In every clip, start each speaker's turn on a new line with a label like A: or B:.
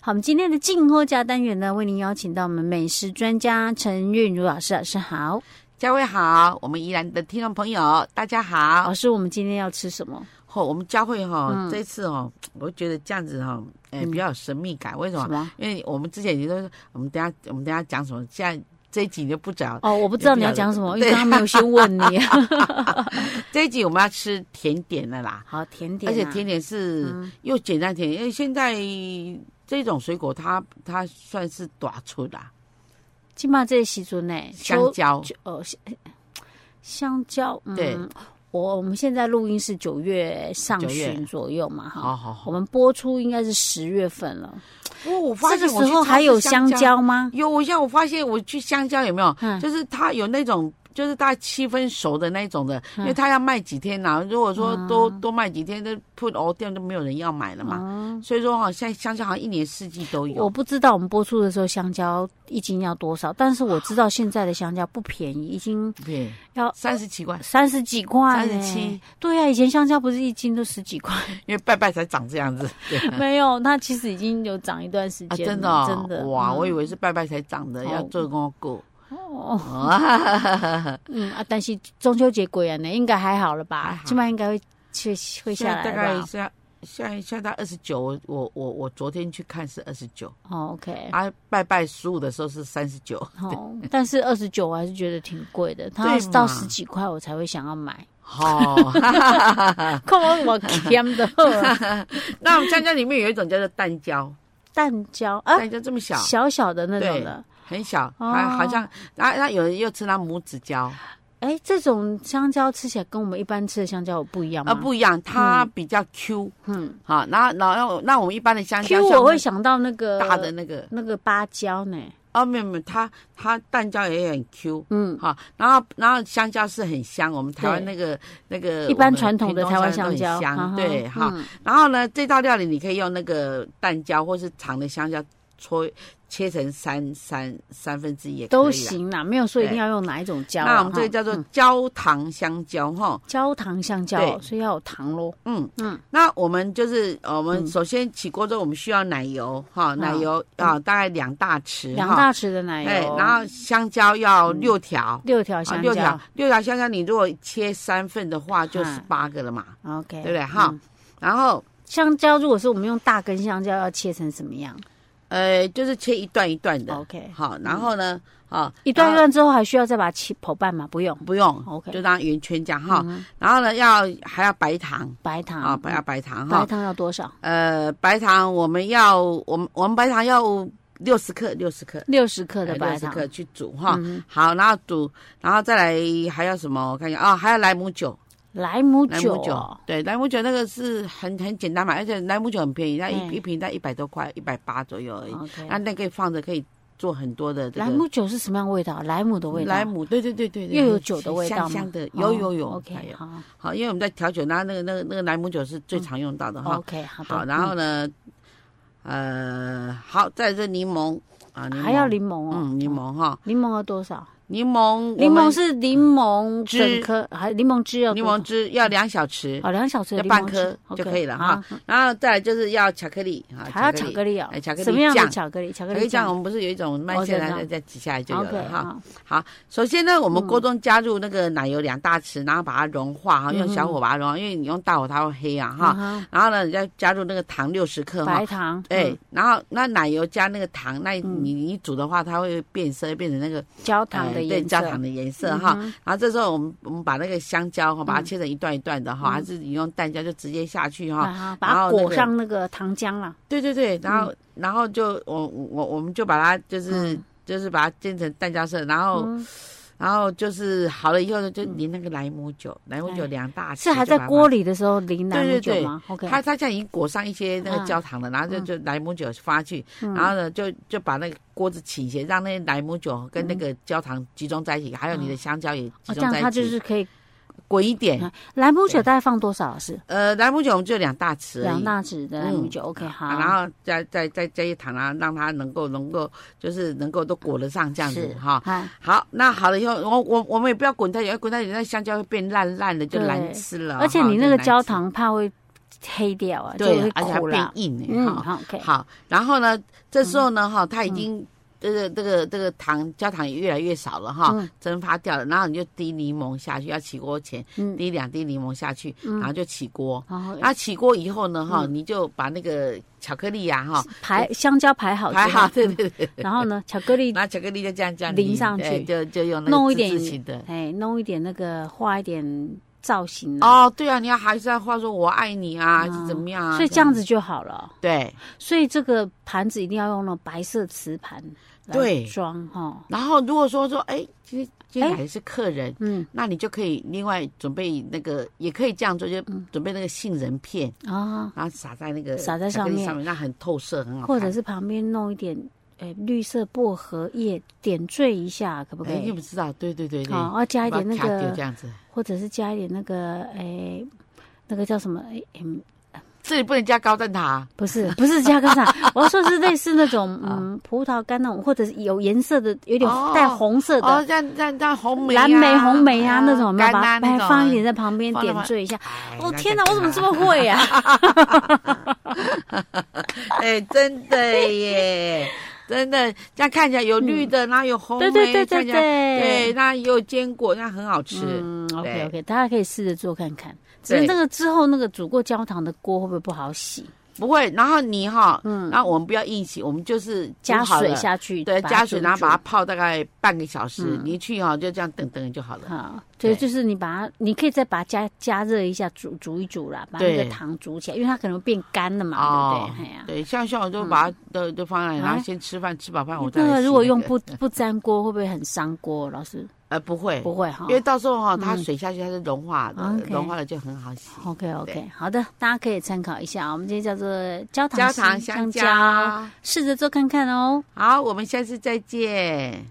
A: 好，我们今天的静候家单元呢，为您邀请到我们美食专家陈韵如老师，老师好。
B: 嘉惠好，我们宜兰的听众朋友大家好
A: 老。师，我们今天要吃什么？
B: 吼，我们嘉惠哈、
A: 嗯
B: 这次哦，我觉得这样子哈、哎、比较有神秘感。为什
A: 什
B: 么？
A: 么？
B: 因为我们之前也都是，我们等一下我们等一下讲什么，现在这一集就不讲。
A: 哦，我不知道你要讲什么，因为
B: 对
A: 刚刚没有先问你。
B: 这一集我们要吃甜点的啦，
A: 好，甜点、
B: 而
A: 啊，嗯
B: 且甜点是又简单甜点，因为现在这种水果它它算是短出啦，
A: 起码这时阵呢，
B: 香
A: 秋
B: 蕉。
A: 就呃，香香蕉，嗯、
B: 对，
A: 我我们现在录音是九月上
B: 9月
A: 旬左右嘛，哈，
B: 哦好好
A: 我
B: 好，
A: 们播出应该是十月份了。
B: 哦，我发
A: 这
B: 现
A: 个
B: 我
A: 时
B: 去
A: 候
B: 超
A: 还
B: 市
A: 有
B: 香
A: 香蕉吗？
B: 有，我现在我发现我去香蕉有没有，
A: 嗯
B: 就是它有那种就是大概七分熟的那种的，
A: 嗯
B: 因为它要卖几天呐、如果
A: 哦
B: 说多、多卖几天，那铺哦店就没有人要买了嘛。所以说哈、现在香蕉好像一年四季
A: 哦
B: 都
A: 我
B: 有。
A: 不知道我们播出的时候香蕉一斤要多少，但是我知道现在的香蕉不便宜，已经
B: 对，
A: 要
B: 三十七块，
A: 三十几块、欸，
B: 37。
A: 对呀、啊，以前香蕉不是一斤都十 几块，
B: 因为拜拜才长这样子。对啊，
A: 没有，它其实已经有涨一段时
B: 啊
A: 间
B: 真的、
A: 了，
B: 哦，
A: 真的嗯
B: 哇！我以
A: 为
B: 为是拜拜才长的，
A: 哦
B: 要做功课。
A: 哦，
B: 哇，
A: 嗯啊，但是中秋节过年呢，应该还好了
B: 还
A: 吧？
B: 好
A: 起码应该会去会
B: 现
A: 下
B: 在
A: 来
B: 大概
A: 吧？
B: 现在现在二十九，我我我我昨天去看是二十九，
A: 哦，OK，
B: 啊，拜拜十五的时候是三十九。
A: 哦，但是二十九我还是觉得挺贵的，它要
B: 对嘛
A: 到十几块我才会想要买，
B: 好， 啊
A: 看我我甜的好啊
B: 那我们香蕉里面有一种叫做蛋蕉，
A: 蛋胶啊，
B: 蛋蕉这么小，
A: 小小的那种的，
B: 很小，
A: 哦
B: 还好像，然后那有人又吃那拇指蕉，
A: 哎，这种香蕉吃起来跟我们一般吃的香蕉有不一样吗？
B: 啊，不一样，它比较 Q
A: 嗯
B: 好，然后然后那我们一般的香蕉
A: ，Q
B: 像
A: 我会想到那个
B: 大的那个，
A: 那个芭蕉呢，
B: 哦，没有没有，它它蛋蕉也很 Q。
A: 嗯，
B: 好，然后然后香蕉是很香，我们台湾
A: 对
B: 那个那个
A: 嗯一般
B: 我们
A: 传统的
B: 屏东
A: 台湾
B: 香
A: 香
B: 都
A: 蕉
B: 很，香，
A: 哈
B: 对，
A: 哈
B: 好，
A: 嗯
B: 然后呢，这道料理你可以用那个蛋椒或是长的香蕉搓切成三三三分之一也可以啦啊
A: 都。行啦，没有说一定要用哪一种胶啊。
B: 那我们这个
A: 哈
B: 叫做
A: 嗯
B: 焦糖香蕉哈，
A: 焦糖香蕉，
B: 对
A: 所以要有糖喽。
B: 嗯
A: 嗯
B: 嗯。那我们就是呃我们
A: 嗯
B: 首先起锅之后，我们需要奶油哈，奶油啊大概两大匙
A: 嗯两
B: 哈，
A: 大匙的奶
B: 哎
A: 油，，
B: 嗯然后香蕉要六条，
A: 六条
B: 啊
A: 香
B: 六条
A: 蕉。
B: 六条香蕉，你如果切三份的话，就
A: 哈
B: 十八个了嘛，
A: OK，
B: 对不对哈
A: 嗯？
B: 然后
A: 香蕉如果是我们用大根香蕉，要切成什么样
B: 呃就是切一段一段的，
A: ？OK，嗯
B: 好，然后呢，好
A: 一段一
B: 然后
A: 段之后还需要再把它切剖半吗？不用
B: 不用
A: OK
B: 就当圆圈这样哈。然后呢，要还要白糖
A: 白糖
B: 啊，白要
A: 嗯
B: 白糖
A: 白
B: 哈。
A: 糖要多少？
B: 呃，白糖我们要，我们我们白糖要六十克，六十克。
A: 六十克的白
B: 哎六十
A: 糖，嗯
B: 克去煮哈，好，然后煮，然后再来还要什么？我看一下啊、哦，还要莱姆酒，
A: 莱姆
B: 莱
A: 酒
B: 姆酒，
A: 哦，
B: 对，莱姆酒那个是很很简单嘛，而且莱姆酒很便宜，它一、
A: 嗯
B: 一瓶在一百多块，一百八左右而已。
A: OK
B: 那那可以放着，可以做很多的啊这
A: 莱
B: 个
A: 姆酒是什么样的味道？莱姆的味道，
B: 莱姆，对对对对，对
A: 又有酒的味道吗？
B: 香香的，有有有
A: 哦
B: 还
A: ，OK，
B: 有啊
A: 好嗯
B: 好，因为我们在调酒，那那个那个那个莱姆酒是最常用到的哈。
A: ，OK，好的。
B: 好，然后
A: 嗯
B: 呢，呃，好，再来这柠檬啊，柠檬
A: 嗯还要柠檬哦，
B: 嗯，柠檬哈，
A: 柠檬要多少？
B: 柠檬
A: 柠
B: 我
A: 檬
B: 们
A: 是柠檬
B: 汁
A: 整颗，还柠檬汁要
B: 柠
A: 多
B: 檬
A: 少
B: 汁要两小匙，
A: 哦，两小匙的
B: 要
A: 柠
B: 半
A: 檬
B: 颗
A: 汁 OK，
B: 就可以了
A: 好
B: 哈。。然后再来就是要巧克力啊，
A: 还要巧克
B: 力。
A: 力哦
B: 哎巧克，力
A: 什么样的
B: 酱
A: 巧克力？巧克
B: 巧
A: 力
B: 克力酱，我们不是有一种卖
A: 哦
B: 现
A: 对
B: 在
A: 对
B: 再再挤下来就有
A: OK
B: 了哈。
A: 好
B: 首先呢，我们
A: 嗯
B: 锅中加入那个奶油两大匙，然后把它融化哈，用小火把它融化，因为你用大火它会黑啊哈。
A: 嗯
B: 然后呢，你再加入那个糖六十克
A: 哼
B: 哈
A: 白，糖，
B: 对
A: 嗯，，
B: 然后那奶油加那个糖，那你你煮的话，它会变色，变成那个
A: 焦糖的
B: 呃
A: 颜
B: 对
A: 色，
B: 焦糖的颜色哈
A: 嗯哼。
B: 然后这时候我们我们把那个香蕉哈，把它
A: 嗯
B: 切成一段一段的哈，还是你用蛋椒就直接下去哈。
A: 啊，把
B: 然
A: 它
B: 后那
A: 裹
B: 个
A: 上那个糖浆啦。
B: 对对对，然
A: 嗯
B: 后然后就我我我们就把它就是就是把它煎成蛋椒色，然后
A: 嗯
B: 然后就是好了以后呢，就淋那个莱姆酒，莱姆酒两大匙
A: 哎是还
B: 就
A: 在
B: 把它
A: 锅里的时候淋莱
B: 对
A: 姆
B: 对
A: 酒
B: 对
A: 吗？OK，嗯
B: 它它现在已经裹上一些那个焦糖了，然后就就莱姆酒发去，然
A: 哦
B: 后呢就就把那个锅子倾斜，让那个莱姆酒跟那个焦糖集中在一起，还有你的香蕉也集
A: 嗯哦，这
B: 中
A: 样
B: 在
A: 它
B: 一
A: 就
B: 起，
A: 是可以。
B: 滚一点
A: 嗯。莱姆酒大概放多少啊？是
B: 呃，莱姆酒我们就两大匙而已，
A: 两大匙的莱姆
B: 嗯
A: 酒。OK，好。
B: 啊，然后再再再加一糖啊，让它能够能够就是能够都裹得上这样子
A: 是
B: 哈。
A: 哎
B: 好，那好了以后，我我我们也不要滚太久，要滚太久那香蕉会变烂烂的，就
A: 对
B: 难吃了。
A: 而且
B: 哈
A: 你那
B: 就
A: 个
B: 难
A: 焦
B: 吃
A: 糖怕会黑掉啊，就
B: 对
A: 会，
B: 而且还
A: 苦
B: 变
A: 啦。
B: 硬呢，
A: 嗯，
B: 哈。
A: 好，OK，嗯
B: 好，然后呢，这时候呢，哈、它已经这个这个这个糖焦糖也越来越少了哈，蒸发掉了，然后你就滴柠檬下去，要起锅前
A: 嗯
B: 滴两滴柠檬下去，然后就起锅。
A: 然 后
B: 那啊起锅以后呢，哈、
A: 嗯
B: 你就把那个巧克力呀、哈，
A: 排香蕉排好，
B: 排好，，对对 对，
A: 然后呢，巧克力
B: 拿巧克力就这样这样
A: 淋上
B: 对
A: 去
B: 就就用那
A: 弄
B: 个
A: 一点
B: 自制型的。
A: 哎，弄一点那个画一点造型啊，
B: 哦，对啊，你要还是要话说我爱你啊，
A: 嗯
B: 是怎么样啊？
A: 所以这样子就好了。
B: 对。
A: 所以这个盘子一定要用那种白色瓷盘来
B: 对
A: 装哈，
B: 然后如果说说，哎，今天今天
A: 哎
B: 来的是客人，
A: 嗯
B: 那你就可以另外准备那个，也可以这样做，就准备那个杏仁片，
A: 啊，
B: 然后撒在那个
A: 嗯撒在
B: 巧克力
A: 上面
B: 上面，那很透射，很好看。
A: 或者是旁边弄一点呃绿色薄荷叶点缀一下，可不可
B: 哎，你
A: 以？
B: 不知道，对对对对，
A: 好，要哦加一点那
B: 把它卡掉这
A: 个，
B: 样子，
A: 或者是加一点那个，哎，那个叫什么？哎，嗯，
B: 这里不能加高蛋挞，啊
A: 不是，不是加个啥， 我要说是类似那种嗯葡萄干那种，或者是有颜色的，有点
B: 哦
A: 带红色
B: 哦，
A: 的。
B: 这样这样这样红梅啊、
A: 蓝莓、红莓
B: 哎
A: 啊，
B: 呀
A: 那种有没有
B: 干啊
A: 把它
B: 那
A: 哎
B: 种
A: 放一点在旁边
B: 放在
A: 点
B: 旁
A: 缀一下？
B: 哎
A: 哦
B: 那
A: 天
B: 个
A: 哪，我怎么这么会啊呀？
B: 哎，真的耶，真的，这样看起来有绿的，然后有 红
A: 嗯对
B: 梅，
A: 对对对
B: 看起来
A: 对
B: 对，那也有坚果，那很好吃。
A: 嗯
B: 对
A: ，OK OK，大家可以试着做看看。只是
B: 对
A: 那个之后那个煮过焦糖的锅会不会不好洗？
B: 不会，然后你哈，嗯，然后我们不要硬洗，我们就是
A: 加
B: 煮好
A: 水
B: 了
A: 下去，
B: 对，
A: 把它
B: 加水，
A: 煮
B: 然后
A: 煮嗯
B: 把它泡大概半个小时，你一去哈就这样等等就好了。
A: 好，对，就
B: 对
A: 是你把它，你可以再把它加加热一下，煮煮一煮啦，把那
B: 对
A: 个糖煮起来，因为它可能会变干了嘛，
B: 哦
A: 对不对？哎呀，
B: 对，像像我就把它都都放在那里，然后
A: 哎
B: 先吃饭，吃饱饭我再
A: 那
B: 来
A: 个
B: 洗
A: 如果
B: 那
A: 用
B: 个
A: 不不粘锅，会不会很伤锅？老师
B: 呃不会，
A: 不会哈
B: 因。为到时候哈它水下去它是融化的，
A: OK
B: 融化了就很嗯哦好洗。
A: OK
B: 对
A: OK，好的，大家可以参考一下。我们今天叫做焦糖
B: 焦糖
A: 香
B: 香
A: 蕉，
B: 蕉，
A: 试着做看看哦。
B: 好，我们下次再见。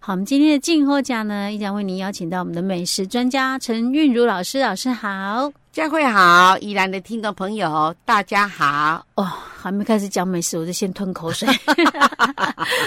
A: 好，我们今天的静候家呢，依然为您邀请到我们的美食专家陈韵如老师，老师好。
B: 佳慧好，宜兰的听众朋友大家好。
A: 哦，还没开始讲美食，我就先吞口水。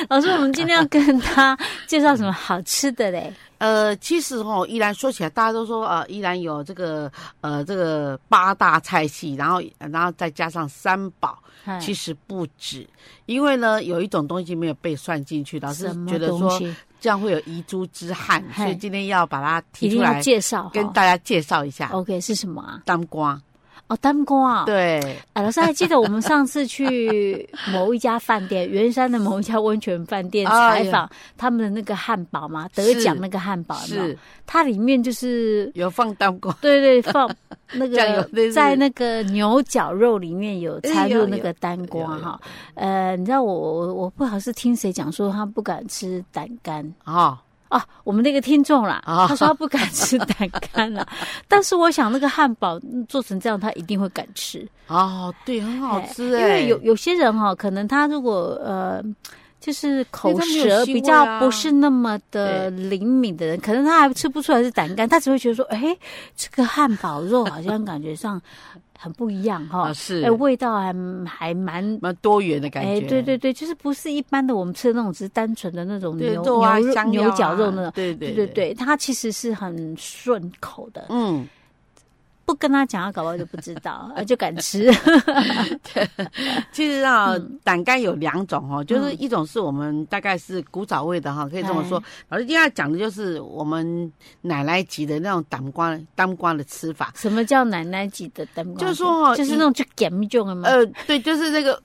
A: 老师，我们今天要跟他介绍什么好吃的嘞？
B: 呃，其实哦，依然说起来，大家都说呃，依然有这个呃这个八大菜系，然后然后再加上三宝， 其
A: 实
B: 实不止，因为呢有一种东西没有被算进去，老师觉得说这样会有遗珠之憾，
A: 嗨
B: 所以今天要把它
A: 一
B: 提
A: 定
B: 出
A: 要
B: 来
A: 介绍哈，哦
B: 跟大家介绍一下。
A: OK 是什么啊？
B: 当瓜，
A: 哦，单瓜啊。
B: 对，
A: 哎，老师还记得我们上次去某一家饭店，圆山的某一家温泉饭店
B: 哎
A: 采
B: 呀
A: 访他们的那个汉堡吗？得
B: 是
A: 奖那个汉堡有没有
B: 是
A: 它里面就是
B: 有放当瓜，
A: 对对， 放那
B: 酱油类
A: 个
B: 似
A: 在那个牛角肉里面有
B: 哎
A: 掺入
B: 有
A: 那
B: 有
A: 个丹瓜
B: 有
A: 哈。呃，你知道我我我不好是听谁讲说他不敢吃胆肝
B: 哦，
A: 哦，我们那个听众啦，
B: 哦
A: 他说他不敢吃胆肝 啦。但是我想那个汉堡嗯做成这样，他一定会敢吃，
B: 哦，对，很好
A: 哎
B: 吃
A: 因
B: 哎，
A: 为有有些人哈、可能他如果呃。就是口
B: 因为他没有
A: 舌
B: 腥
A: 比
B: 味
A: 较
B: 啊
A: 不是那么的灵敏的人，可能他还吃不出来是胆肝，他只会觉得说，哎，这个汉堡肉好像感觉上很不一样哈、
B: 啊是
A: 哎，味道还还蛮，
B: 蛮多元的感觉，
A: 哎，对对对，就是不是一般的我们吃的那种，只是单纯的那种
B: 对
A: 牛
B: 肉啊
A: 牛肉
B: 香料啊
A: 牛角肉那种，
B: 对对
A: 对对，对，它其实是很顺口的，
B: 嗯，
A: 不跟他讲，他搞不好就不知道， 呃就敢吃。
B: 其实啊，
A: 嗯
B: 胆肝有两种哦，就是一种是我们大概是古早味的哈，可以这么说。
A: 哎
B: 老师今天要讲的就是我们奶奶级的那种胆瓜当瓜的吃法。
A: 什么叫奶奶级的灯光？
B: 就是说哦
A: 就是
B: 一
A: 那种就 game 用的嘛，
B: 呃，对，就是那个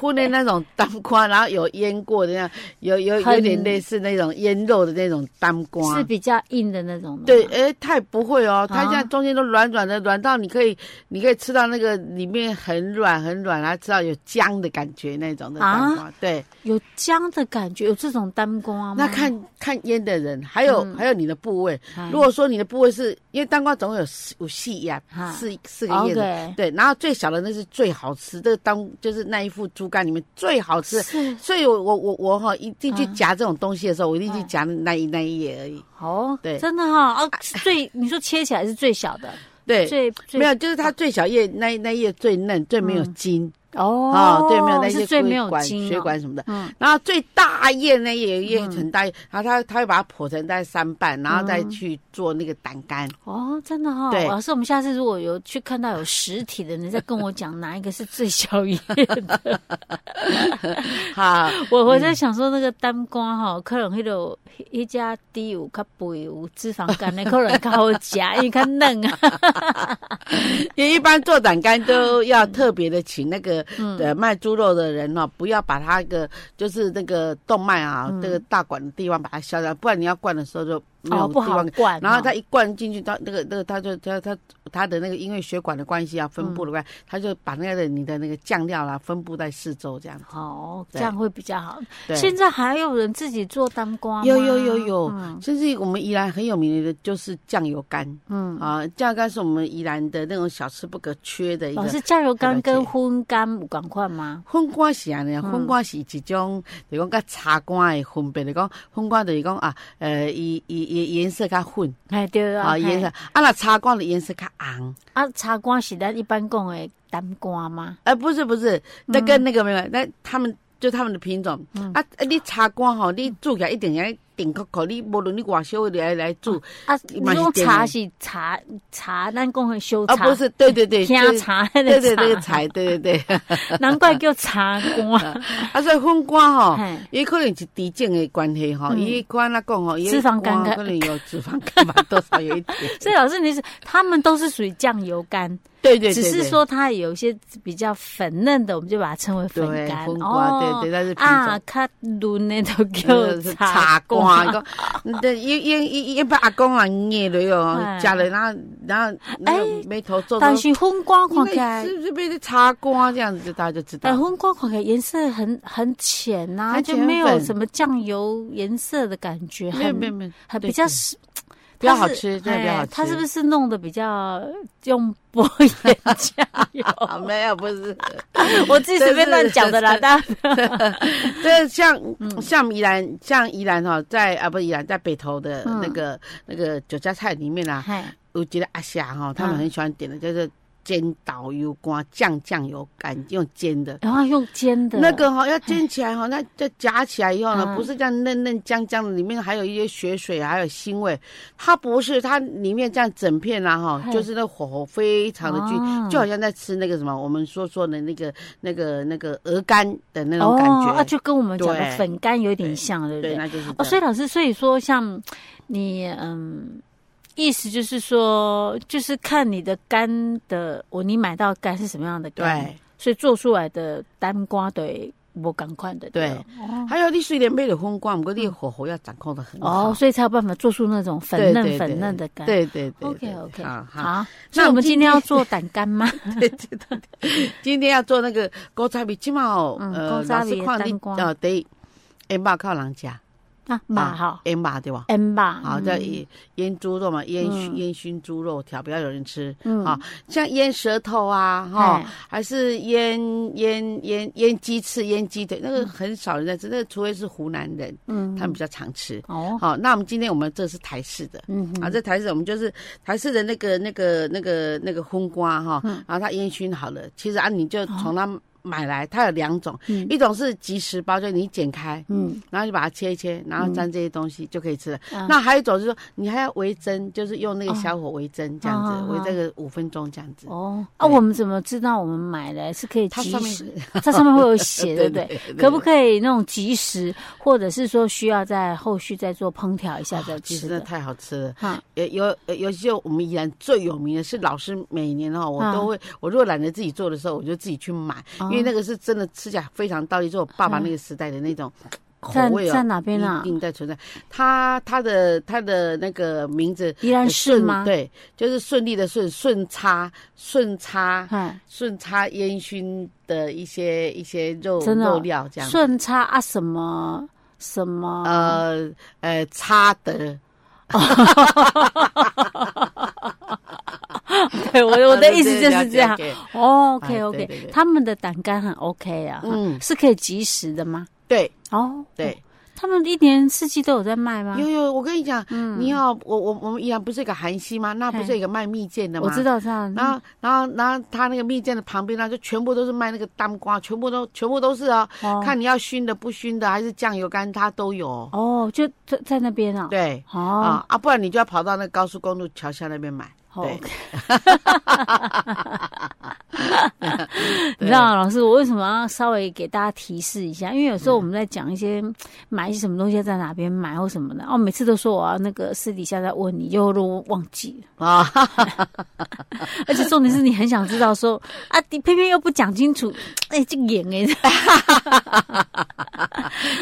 B: 荤的那种当瓜，然后有腌过的那样，有有有点
A: 很
B: 类似那种腌肉的那种当瓜
A: 是。比较硬的那种的。
B: 对，，哎，它也不会哦，它
A: 啊
B: 现在中间都软软的，软到你可以，你可以吃到那个里面很软很软，然后吃到有姜的感觉那种的
A: 啊
B: 当瓜，对。
A: 有姜的感觉，有这种单光啊吗。
B: 那看看腌的人，还有、
A: 嗯
B: 还有你的部位。
A: 哎
B: 如果说你的部位是因为当瓜总共有四五细叶
A: 啊
B: 啊，四四个叶子。
A: OK
B: 对，然后最小的那是最好吃，这个当就是那一副猪肝里面最好吃。
A: 是
B: 所以我，我我我哈，一定去
A: 啊
B: 夹这种东西的时候，我一定去
A: 哎
B: 夹那一那一页而已。
A: 哦，
B: 对
A: 真的哈、哦，是最你说切起来是最小的，
B: 对，
A: 最最
B: 没有，就是它最小叶那那一页最嫩，最没有筋。
A: 哦，
B: 啊对，没有那些
A: 是最没有
B: 管
A: 筋哦
B: 血管什么的。
A: 嗯
B: 然后最大叶呢，也也很大叶，然后它它会把它剖成大概三瓣，然后再去做那个胆干。
A: 哦，真的哈、
B: 对
A: 老师，我们下次如果有去看到有实体的，你再跟我讲哪一个是最小叶的。
B: 哈，
A: 我我
B: 嗯
A: 在想说，那个单瓜哈，可能迄个一家低有较肥有脂肪肝的，可能较好食，因为较嫩啊。
B: 因为一般做胆干都要特别的请那个
A: 嗯
B: 呃卖猪肉的人哦，不要把它一个就是那个动脉啊，
A: 嗯
B: 这个大管的地方把它削掉，不然你要灌的时候就 没有
A: 哦，
B: 地
A: 不好
B: 方。
A: 灌哦。
B: 然后它一灌进去，到那个那个，它就它它它的那个，因为血管的关系啊，分布的关
A: 嗯
B: 系，它就把那个你的那个酱料啦分布在四周这样。
A: 哦，这
B: 对
A: 样会比较好。
B: 对。
A: 现在还有人自己做单瓜吗
B: 有有有有，
A: 嗯
B: 甚至我们宜兰很有名的就是酱油干
A: 嗯，
B: 啊，酱油干是我们宜兰的那种小吃不可缺的一
A: 老
B: 个
A: 师。酱油干
B: 了
A: 跟
B: 解
A: 荤干有赶快吗？
B: 荤瓜是安
A: 嗯
B: 尼，荤瓜是一种，就讲甲茶瓜的分别，就讲荤瓜就是讲啊，呃，伊伊伊颜色较混
A: 哎，对
B: 啊，
A: 啊，
B: 颜色
A: 嘿
B: 啊，那茶瓜的颜色较红。
A: 啊，茶瓜是咱一般讲的单瓜吗？
B: 呃，不是不
A: 嗯
B: 是，那跟那个没有，那他们就他们的品种
A: 嗯
B: 啊，啊你茶瓜吼，你煮起来一定要顶壳壳，你无论你外销的来来煮，
A: 啊，
B: 也
A: 你
B: 蛮
A: 用
B: 甜
A: 茶
B: 的
A: 是茶茶，咱讲的修
B: 啊
A: 茶，
B: 不是，对对对，
A: 偏
B: 就是
A: 茶那
B: 对对，那
A: 个
B: 个柴，对对 对。
A: 茶，难怪叫茶 瓜。
B: 啊，所以荤瓜吼
A: 嘿，
B: 伊可能是地震的关系吼，
A: 嗯
B: 伊关那讲吼，伊的
A: 脂肪肝
B: 瓜可能有脂肪肝吧，多少有一点。
A: 所以老师，你是他们都是属于酱油干，
B: 对对对，
A: 只是
B: 对
A: 说它有一些比较粉嫩的，我们就把它称为粉
B: 对
A: 干。
B: 荤瓜，对对，但是品
A: 啊
B: 种。，
A: 它嫩的都
B: 就
A: 叫哦
B: 是
A: 茶
B: 茶
A: 瓜
B: 瓜，。讲，对，一一一一把阿公啊捏了哦
A: 哎，
B: 夹了，然后然后那个眉头皱皱，
A: 但是荤瓜看起
B: 应该
A: 来，
B: 是不是变成茶瓜这样子，大家就知
A: 但
B: 道。
A: 荤瓜看起来颜色很很浅呐、
B: 很
A: 就
B: 浅
A: 没有
B: 很
A: 什么酱油颜色的感觉，
B: 没有
A: 很
B: 没有没有，
A: 很
B: 对
A: 比较
B: 对
A: 是
B: 比较
A: 它
B: 好
A: 是
B: 吃真的比较
A: 哎
B: 好吃
A: 它是不是弄得比较用薄盐 酱 油？
B: 啊没有不是。
A: 我自己随便乱讲的啦，大家
B: 对，像
A: 嗯
B: 像宜兰，像宜兰哈，在啊不是宜兰，在北投的
A: 嗯
B: 那个那个酒家菜里面啊，
A: 嗨
B: 我觉得阿霞哈，他们
A: 嗯
B: 很喜欢点的就是煎导油瓜酱酱油干，用煎的。
A: 然后用煎的
B: 那个哈要煎 起来哈，那再夹起来以后
A: 嗯
B: 呢，不是这样嫩嫩浆浆的，里面还有一些血水，啊还有腥味。它不是，它里面这样整片啊哈，
A: 嘿
B: 就是那火候非常的均
A: 哦
B: 匀，就好像在吃那个什么我们说说的那个那个那个鹅肝的那种感
A: 哦，啊，
B: 觉。
A: 就跟我们讲的
B: 对
A: 粉干有点像，对不
B: 对，那就是
A: 哦，
B: 这样
A: 所以老师，所以说像你，嗯，意思就是说，就是看你的干的，我你买到干是什么样的干，
B: 对，
A: 所以做出来的单瓜对我赶快的
B: 对
A: 了哦
B: 还有你虽然没有风光，不过你的火候要掌控的很好。
A: 哦，所以才有办法做出那种粉
B: 对
A: 嫩
B: 对
A: 粉
B: 对
A: 嫩的干。
B: 对对对
A: ，OK OK，
B: 好好，
A: 好，
B: 那
A: 所以我
B: 我
A: 们
B: 们
A: 今天
B: 今天
A: 要做胆干吗？
B: 对对对对。今天要做那个高渣米，起码哦，
A: 嗯
B: 呃，
A: 古早
B: 老
A: 味
B: 师
A: 的
B: 看
A: 蛋
B: 你
A: 糕
B: 呃，得腌肉靠人家，
A: 啊，马哈
B: 腌肉对吧？
A: ，M 吧，
B: 好，
A: 嗯
B: 叫腌腌猪肉嘛，腌熏
A: 嗯
B: 烟熏猪肉条，不要有人吃。
A: 嗯
B: 啊，像腌舌头啊，哈
A: 哎，
B: 还是腌腌腌腌鸡翅、腌鸡腿，那个很少人在吃，那个除非是湖南人，
A: 嗯，
B: 他们比较常吃。
A: 哦，
B: 好，那我们今天我们这是台式的。
A: 嗯哼，
B: 啊，这台式我们就是台式的那个、那个、那个、那个荤瓜哈，
A: 嗯
B: 然后它烟熏好了。其实啊，你就从它买来，它有两种，
A: 哦嗯
B: 一种是即食包，就是你剪开，
A: 嗯，
B: 然后就把它切一切，然后沾这些东西就可以吃了。
A: 嗯
B: 那还有一种是说，你还要微蒸，就是用那个小火微蒸这样子，
A: 哦
B: 微这个五分钟这样子。
A: 哦，啊，
B: 对
A: 我们怎么知道我们买来是可以
B: 它
A: 及
B: 上
A: 时？
B: 面
A: 它上面会有写，对不对？
B: 对
A: 可不可以那种及时，或者是说需要在后续再做烹调一下再
B: 其
A: 吃
B: 实那
A: 的？
B: 太好吃了。
A: 哈，
B: 有有有尤其是我们宜兰最有名的是老师每年哈、我
A: 嗯
B: 都会，我如果懒得自己做的时候，我就自己去买，
A: 哦
B: 因为那个是真的吃起来非常道地，就是我爸爸那个时代的那种口
A: 在
B: 味
A: 啊在
B: 哦。
A: 哪边啊
B: 一？定在存在，他他的他的那个名字
A: 宜兰市
B: 呃顺
A: 吗？，
B: 对，就是顺利的顺顺差顺差
A: 哎，
B: 顺差烟熏的一些一些肉
A: 真的哦
B: 肉料这样子，
A: 顺差啊什么什么？
B: 呃呃差的，
A: 对， 我哎我的意思就
B: 了
A: 是
B: 解
A: 这样
B: 呃 了。解
A: 哦
B: 哎
A: ，OK
B: 对
A: OK，
B: 对对
A: 他们的胆干很 OK 啊，哈
B: 嗯
A: 是可以及时的吗？
B: 对
A: 哦，
B: 对，
A: 他他们一年四季都有在卖吗？
B: 有有，我跟你讲，
A: 嗯
B: 你要我我我们宜兰不是有一个韩熙吗？那不是有一个卖蜜饯的吗？啊
A: 我知。道，嗯知道。
B: 然后然后然后他那个蜜饯的旁边呢，就全部都是卖那个当瓜，全部都全部都是哦，
A: 哦
B: 看你要熏的不熏的，还是酱油干，它都有。
A: 哦，就在在那边啊。
B: 对。
A: 哦，
B: 啊啊，不然你就要跑到那高速公路桥下那边买。
A: 好
B: 对，
A: 你知道老师，我为什么要稍微给大家提示一下？因为有时候我们在讲一些、买一些什么东西在哪边买或什么的，哦，每次都说我要那个私底下再问你，又都忘记 了。
B: 啊，
A: 而且重点是你很想知道说啊，你偏偏又不讲清楚，哎、这演哎、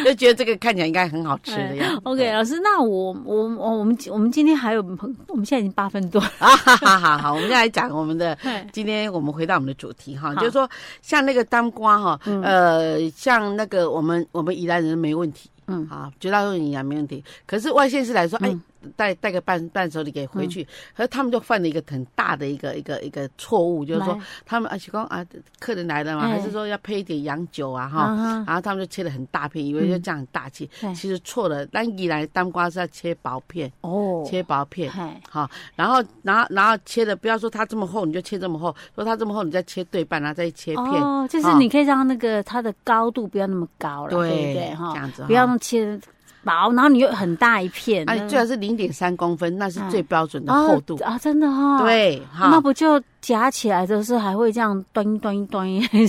B: 就觉得这个看起来应该很好吃 的样
A: 哎
B: 子。
A: OK，老师，那我我我我们我们今天还有，我们现在已经八分多了。
B: 啊，哈哈哈！好，我们再来讲我们的
A: 对，
B: 今天我们回到我们的主题哈，
A: 哎好嗯
B: 就是说像那个当瓜哈，呃，像那个我们我们宜兰人没问题，
A: 嗯
B: 啊，绝大部分宜兰没问题。可是外县市来说，哎
A: 嗯，
B: 带带个伴伴手礼给回去，可是他们就犯了一个很大的一个一个一个错误，就是说
A: 来
B: 他们而且讲啊，客人来了嘛，
A: 哎
B: 还是说要配一点洋酒啊哈，
A: 啊哈，
B: 然后他们就切了很大片，以为就这样很大气，
A: 嗯对
B: 其实错了。那宜兰当瓜是要切薄片，
A: 哦，
B: 切薄片。
A: 嗨，
B: 好，然后，然后，然后切的，不要说它这么厚，你就切这么厚；说它这么厚，你再切对半，然后再切片，啊
A: 哦，就是你可以让那个它的高度不要那么高了，对不对
B: 这
A: 哈？
B: 样子哈，
A: 不要那么切得薄，然后你又很大一片，
B: 啊，
A: 那
B: 你最好是零点三公分，那是
A: 嗯
B: 最标准的厚度
A: 哦，啊，真的哈，，啊
B: 对，
A: 那
B: 哈，
A: 不就夹起来的时候还会这样端端端，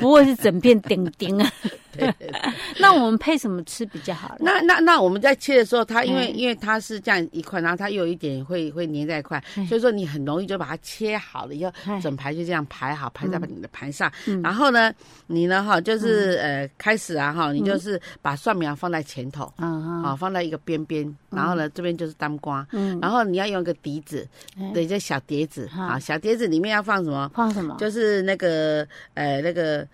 A: 不会是整片顶顶啊？
B: 对对对
A: 那我们配什么吃比较好呢？
B: 那那那我们在切的时候，它
A: 嗯
B: 因为、因为它是这样一块，然后它又有一点会会粘在一块，
A: 嗯
B: 所以说你很容易就把它切好了以后，
A: 嗨
B: 整排就这样排好，排在你的盘上。
A: 嗯
B: 然后呢，你呢哈，就是、呃开始啊哈，你
A: 嗯
B: 就是把蒜苗放在前头。
A: 啊
B: 好，放在一个边边，然后呢，这边就是当瓜，
A: 嗯，
B: 然后你要用一个碟子，
A: 哎
B: 对，就小碟子，
A: 好
B: 啊，小碟子里面要放什么？
A: 放什么？
B: 就是那个呃那个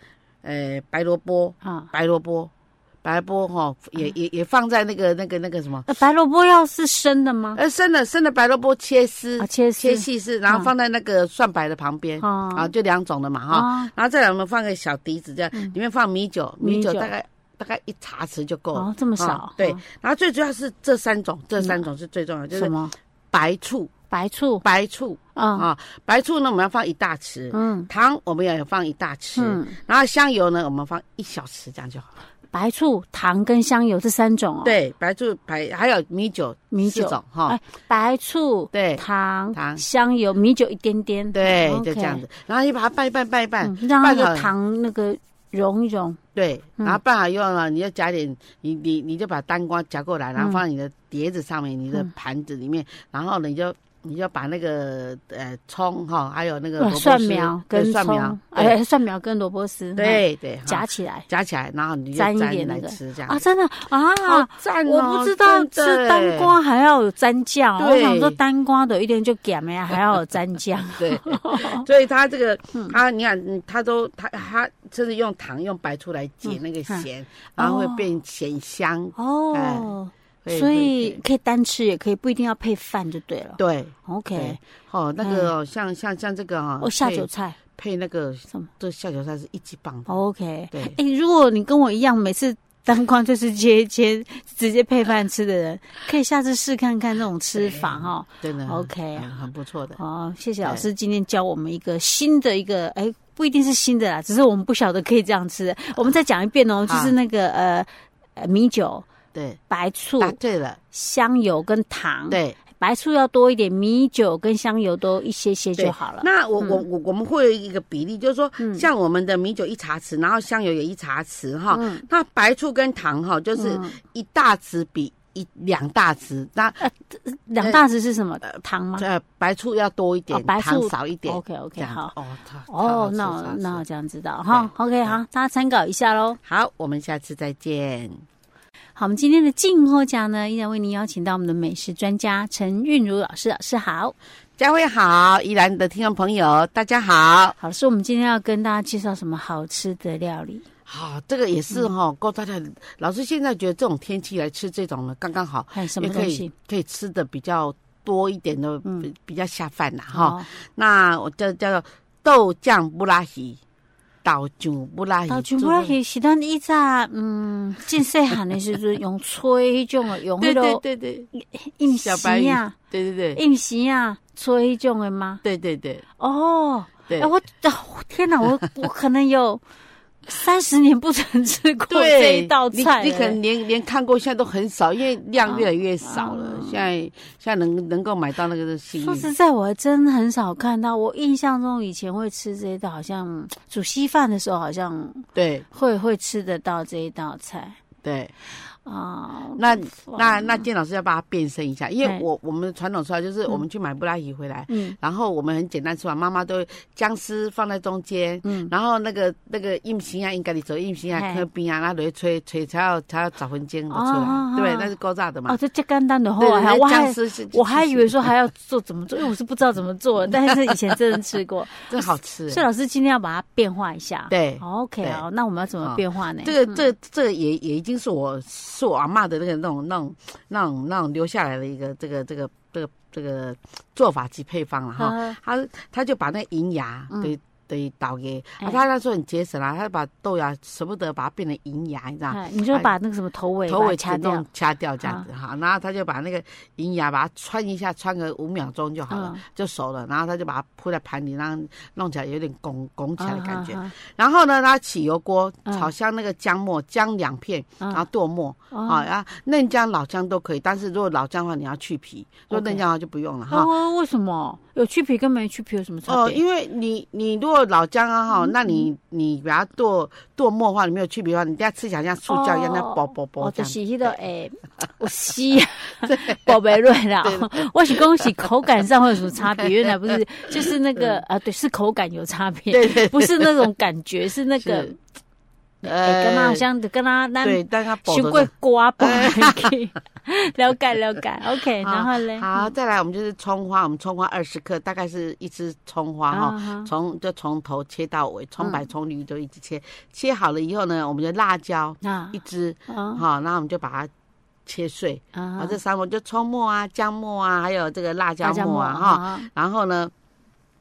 B: 呃白萝卜，
A: 啊，
B: 白萝卜，白萝卜哈，也也也放在那个那个那个什么，
A: 那呃白萝卜要是生的吗？
B: 呃生的生的白萝卜切丝
A: 啊，，切
B: 切
A: 丝
B: 细丝，然后
A: 嗯
B: 放在那个蒜白的旁边，啊，
A: 啊
B: 就两种的嘛哈，
A: 啊，嗯
B: 然后再来我们放个小碟子，这样里面放米酒，米
A: 米
B: 酒
A: 酒
B: 大概大概一茶匙就够了。
A: 哦，这么
B: 啊
A: 少？
B: 对
A: 啊，
B: 然后最主要是这三种，这三种是最重要的，就
A: 什
B: 是
A: 么
B: 白醋，
A: 白醋
B: 白醋
A: 啊？
B: 啊，白醋呢我们要放一大匙，
A: 嗯
B: 糖我们也要放一大匙，
A: 嗯，
B: 然后香油呢我们放一小匙，这样就好了。
A: 白醋、糖跟香油这三种哦。，
B: 对，白醋白还有米酒，
A: 米
B: 四
A: 酒
B: 种哈
A: 哎，白醋、
B: 对
A: 糖、
B: 糖
A: 香油、米酒一点点。哦
B: 对，
A: OK
B: 就这样子，然后你把它拌一拌拌一拌
A: 嗯，让那
B: 拌好
A: 个
B: 了
A: 糖那个融一融。
B: 对，
A: 嗯
B: 然后拌好以后呢，你就加点，你你你就把单瓜夹过来，然后放在你的碟子上面，你的盘子里
A: 嗯
B: 面，然后呢你就。你就把那个呃葱哈，还有那个
A: 哇
B: 萝卜丝
A: 哦蒜苗
B: 对
A: 跟
B: 蒜苗
A: 葱，，
B: 对
A: 哎，蒜苗跟萝卜丝，哎，
B: 对对，
A: 夹
B: 哈
A: 起来
B: 夹起来，然后你就
A: 沾
B: 沾
A: 一点
B: 来
A: 那个
B: 吃这样
A: 啊，。真的啊。
B: 赞哦
A: 我不知道吃当，瓜还要有蘸酱，哦我
B: 对
A: 想说当瓜都一定就减 了呀，还要有蘸酱。
B: 真的耶对，所以他这个他你看嗯他都他他甚至用糖用白醋来解那个
A: 嗯
B: 咸，然后会
A: 哦
B: 变咸香，
A: 哦，
B: 哎会
A: 所
B: 会
A: 以
B: 变
A: 可以单吃，也可以不一定要配饭就对了。
B: 对
A: OK，嗯
B: 对，哦，那个哦像像像这个哈，
A: 哦，下
B: 配
A: 酒菜
B: 配那个
A: 什么
B: 这下酒菜是一级棒的，
A: ？OK，
B: 对
A: 哎、如果你跟我一样，每次当光就是切切直 接配饭吃的人，可以下次试看看这种吃法哈。
B: 真的
A: OK
B: 很很不错的。
A: 哦，谢谢老
B: 对
A: 师今天教我们一个新的一个，哎、不一定是新的啦，只是我们不晓得可以这样吃。我们再讲一遍哦，就
B: 好
A: 是那个呃呃米酒、
B: 对，
A: 白醋、
B: 答对了，
A: 香油跟糖。，
B: 对
A: 白醋要多一点，米酒跟香油多一些些
B: 对
A: 就好了。嗯
B: 那我我我我们会有一个比例，就是说像我们的米酒一茶匙，然后香油也一茶匙哈，
A: 嗯
B: 那白醋跟糖哈就是
A: 嗯啊
B: 一大匙比一两大匙，那
A: 两大匙是什么？糖吗？
B: 呃白醋要多一点
A: 哦，白醋
B: 糖少一点，
A: OK
B: 这
A: OK，
B: 样子
A: 好。
B: 哦，超超好
A: 哦，
B: 吃
A: 那
B: 超
A: 我
B: 好吃
A: 那我这样知道哈。OK，好，大家参考一下喽。
B: 好，我们下次再见。
A: 好，我们今天的静候奖呢，依然为您邀请到我们的美食专家陈韵如老师，老师好。
B: 佳慧好，宜兰的听众朋友大家好，
A: 好，老师，我们今天要跟大家介绍什么好吃的料理？
B: 好、这个也是哈、够大家。老师现在觉得这种天气来吃这种呢，刚刚好，
A: 还有什
B: 也
A: 么
B: 可
A: 东
B: 以
A: 西？
B: 可以吃的比较多一点的，
A: 嗯哦
B: 比比较下饭啦哈、
A: 好，
B: 那我叫叫做豆酱布拉提，豆酱不拉鱼
A: 豆
B: 做
A: 酱
B: 的。
A: 不拉鱼是咱以前嗯，真细汉的时阵用吹迄种的，用
B: 对
A: 迄
B: 对
A: 个
B: 对对，
A: 硬
B: 小白鱼
A: 匙啊，，
B: 对对对，
A: 硬匙啊，吹迄种的吗？
B: 对对对
A: 哦，
B: 对。
A: 哎，我哦天哪，我我可能有三十年不曾吃过
B: 对
A: 这一道菜哎了
B: 你你可能连连看过，现在都很少，因为量越来越少了。现在现在能能够买到那个是幸
A: 哦说
B: 运。
A: 实在，我还真很少看到。我印象中以前会吃这一道，好像煮稀饭的时候，好像
B: 对
A: 会会吃得到这一道菜
B: 对，
A: 啊。
B: 那
A: 哇
B: 那那建老师要把它变身一下，因为
A: 哎
B: 我我们传统吃法就是我们去买布拉鱼回来，
A: 嗯
B: 然后我们很简单吃完，妈妈都会姜丝放在中间，
A: 嗯
B: 然后那个那个硬皮啊，应该你走硬皮啊，
A: 嘿
B: 科边啊，那里吹吹才要才要找魂煎的出
A: 哦
B: 来，对
A: 哦，
B: 那是勾炸的嘛
A: 哦，。这这干单的话
B: 嗯对，，
A: 还
B: 那
A: 我
B: 姜
A: 还
B: 丝是
A: 我还以为说还要做怎么做，因为我是不知道怎么做，但是以前真的吃 过。
B: 真好吃，
A: 所以老师今天要把它变化一下。
B: 对
A: 好，OK
B: 对
A: 好，那我们要怎么
B: 啊
A: 变化呢？嗯
B: 这个这这个也也已经是我是我阿嬷的那个那种那种那种那种留下来的一个这个这个这个这个做法及配方了哈。
A: 啊
B: 他他就把那银芽
A: 嗯
B: 对对倒给，啊
A: 哎
B: 他那时候很节省啊，他把豆芽舍不得把它变成银芽，你知道吗。
A: 哎你就把那个什么头尾
B: 啊头
A: 把它
B: 尾
A: 掐
B: 全
A: 掉嗯
B: 弄，掐掉这样子哈，然后他就把那个银芽把它穿一下，穿个五秒钟就好了
A: 嗯，
B: 就熟了。然后他就把它铺在盘里，让它弄起来有点拱拱起来的感觉。
A: 啊
B: 然后呢，他起油锅
A: 嗯
B: 炒香那个姜末，姜两片，然后剁末
A: 啊
B: 啊，然后嫩姜、老姜都可以，但是如果老姜的话，你要去皮；如果
A: OK
B: 嫩姜的话就不用了哈。
A: 哦，为什么有去皮跟没去皮有什么差
B: 哦，
A: 别？嗯
B: 因为你你如果老姜啊哈，那你你把它剁剁末的话，你没有去皮的话，你等下吃起来像塑胶一样，那
A: 哦
B: 薄薄薄
A: 哦，就
B: 这样
A: 是
B: 子。
A: 迄个诶，有丝 啊， 宝贝瑞啦
B: 对。
A: 啊我是恭喜口感上会有什么差别？原来不 是，就是那个啊，对，是口感有差别，
B: 嗯对对，
A: 不是那种感觉，是那个
B: 是
A: 诶，跟他好
B: 呃，
A: 像跟他那
B: 对，但它薄
A: 修
B: 的
A: 过
B: 是。
A: 瓜不可 以。 了解了解，OK，
B: 好
A: 然后嘞，
B: 好，再来我们就是葱花，我们葱花二十克，大概是一只葱花哈。
A: 啊
B: 从就从头切到尾，葱白
A: 嗯
B: 葱绿都一直切，切好了以后呢，我们就辣椒
A: 啊
B: 一支，
A: 啊
B: 好、然后我们就把它切碎，好、
A: 啊
B: 这三种就葱末啊、姜末啊，还有这个辣椒末啊，哈、
A: 哈，
B: 然后呢，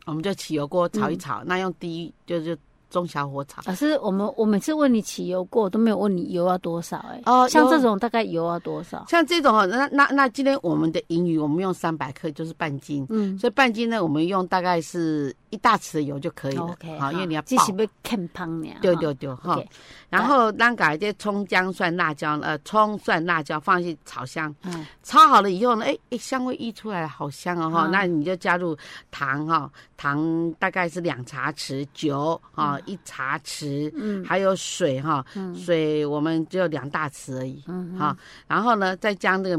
B: 我们就起油锅炒一
A: 嗯
B: 炒，那用低就是中小火炒，
A: 老师，我们我每次问你起油过，我都没有问你油要多少哎、
B: 哦
A: 像
B: 油
A: 这种大概油要多少？
B: 像这种哦，那那那今天我们的银鱼，我们用三百克就是半斤。
A: 嗯
B: 所以半斤呢，我们用大概是一大匙的油就可以了。
A: 哦，OK，
B: 好，因为你要
A: 这
B: 爆
A: 是。要看胖呢，
B: 对
A: 哈
B: 对对，哈
A: OK，。
B: 然后咱把这葱姜蒜辣椒，呃，葱蒜辣椒放进去炒香，
A: 嗯
B: 炒好了以后呢，哎哎，香味溢出来了，好香哦哈。
A: 嗯
B: 那你就加入糖哈，糖大概是两茶匙，酒啊一茶匙，
A: 嗯
B: 还有水哈，
A: 嗯
B: 水我们只有两大匙而已
A: 嗯
B: 哈。然后呢，再加那个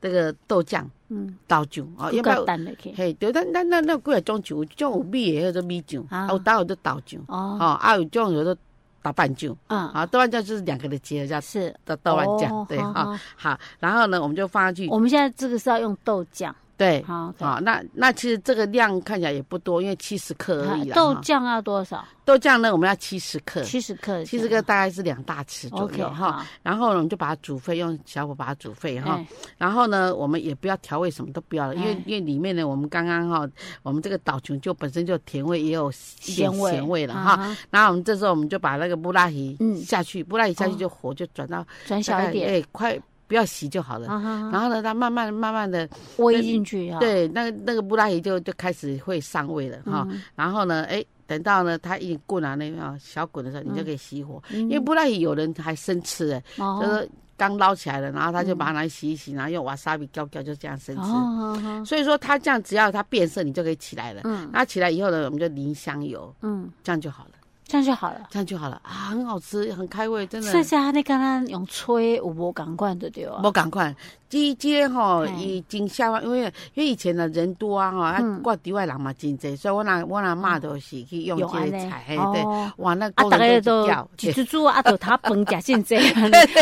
B: 这个豆酱
A: 嗯，
B: 倒酒啊，要
A: 一
B: 不
A: 个
B: 然
A: 蛋的去
B: 嘿，对，咱咱咱咱几啊种酒，种有米的迄种米酒，
A: 啊
B: 啊有倒有就倒酒，
A: 哦，
B: 哦啊有种有就打拌酒。
A: 嗯
B: 好，豆瓣酱就是两个的结合这样
A: 是
B: 的豆瓣
A: 哦
B: 酱，对
A: 好
B: 哈
A: 好。哦
B: 好，然后呢，我们就放上去，
A: 我们现在这个是要用豆酱，
B: 对，
A: 好，OK，
B: 好，啊那那其实这个量看起来也不多，因为七十克而
A: 啊
B: 已啦。
A: 豆
B: 哈
A: 酱要多少？
B: 豆酱呢，我们要七十克，
A: 七十克的
B: 七
A: 酱，
B: 十克大概是两大匙左
A: ，OK，
B: 右哈。
A: 好，
B: 然后呢，我们就把它煮沸，用小火把它煮沸哈
A: 哎。
B: 然后呢，我们也不要调味，什么都不要了，因为
A: 哎
B: 因为里面呢，我们刚刚哈，我们这个岛琼就本身就甜味，也有一点
A: 咸味
B: 咸味了
A: 啊
B: 哈。
A: 哈，
B: 然后我们这时候我们就把那个布拉提
A: 嗯
B: 下去，布拉提下去
A: 哦
B: 就火就转到
A: 转小一点，
B: 哎、快不要洗就好了。
A: 啊哈，
B: 然后呢，它慢慢慢慢的，
A: 煨进去哈，
B: 对，那个那个布拉鱼就就开始会上味了哈。
A: 嗯，
B: 然后呢，哎，等到呢它一滚啊那个小滚的时候，你就可以熄火，
A: 因
B: 因为布拉鱼有人还生吃哎，
A: 嗯哦嗯
B: 就是刚捞起来了，然后他就把它拿去洗一洗，然后用瓦萨比浇浇，就这样生吃。
A: 哦，好好
B: 所以说它这样只要它变色，你就可以起来了。
A: 嗯
B: 那起来以后呢，我们就淋香油，
A: 嗯，
B: 这样就好了，
A: 这样就好了。
B: 这样就好了啊，很好吃，很开胃，真的。
A: 所以讲，你刚刚用吹有无共款就对啊。
B: 无共款，即即个吼，
A: 嘿
B: 伊真少啊，因为因为以前的人多啊吼，啊
A: 嗯
B: 外地外人嘛真济，所以我那我那妈都是去用这
A: 用安
B: 个
A: 尼
B: 菜，嘿
A: 啊
B: 对，
A: 哦，
B: 哇那
A: 啊，
B: 工
A: 大家
B: 人
A: 都
B: 叫，
A: 一
B: 对
A: 只 猪啊，就头饭食真济，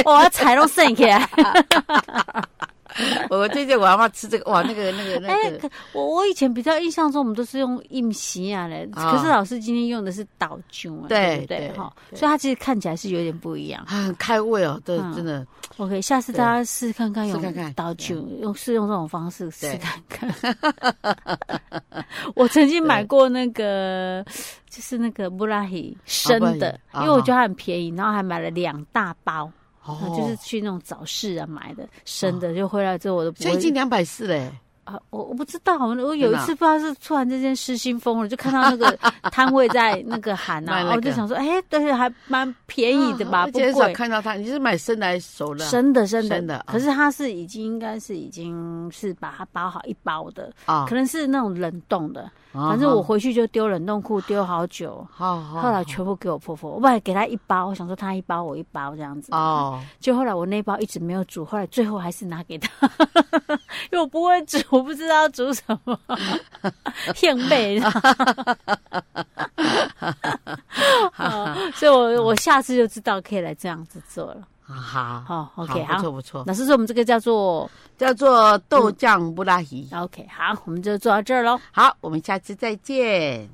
A: 哇，菜拢剩起来，
B: 我最近我阿妈吃这个，哇，那个那个那个，
A: 哎可我我以前比较印象中，我们都是用硬席啊嘞，
B: 啊
A: 可是老师今天用的是倒菌啊，
B: 对
A: 对不对
B: 对
A: 哈？
B: 对
A: 所以它其实看起来是有点不一样。
B: 很开胃哦，对，
A: 嗯
B: 真的，
A: OK，下次
B: 对
A: 大家试看看
B: 试看看
A: 用倒酒，用试用这种方式试
B: 对
A: 看看。 我曾经买过那个，就是那个布拉希生的，
B: 布拉希
A: 因
B: 哦啊
A: 为我觉得它很便宜，然后还买了两大包，
B: 哦，
A: 啊就是去那种早市啊买的生的，就回来之后我都不
B: 所以已经
A: 会
B: 两百四嘞，
A: 啊，我我不知道，我我有一
B: 真的啊
A: 次不知道是突然之间失心疯了，就看到那 个摊位在那个喊
B: 卖那
A: 啊，
B: 个
A: 我就想说，哎，对，还蛮便宜的吧，
B: 啊而
A: 不
B: 且很少
A: 贵。
B: 看到它，你是买生的还是熟的啊？
A: 生的生的，
B: 生的啊
A: 可是它是已经应该是已经是把它包好一包的，
B: 啊
A: 可，能是那种冷冻的。
B: 啊
A: 反正我，回去就丢冷冻库，丢好久。
B: 好好，
A: 后来全部给我婆婆，我本来给她一包，我想说她一包我一包这样子。哦，
B: 哦，
A: 就后来我那包一直没有煮，后来最后还是拿给她， 因为我不会煮，我不知道煮什么，现备。哦所以我我下次就知道可以来这样子做了。
B: 啊好
A: 好，OK，
B: 不
A: 好嗯
B: 错不错，
A: 老师说我们这个叫做
B: 叫做豆酱布拉提。
A: OK，好，我们就做到这儿喽。
B: 好，我们下次再见。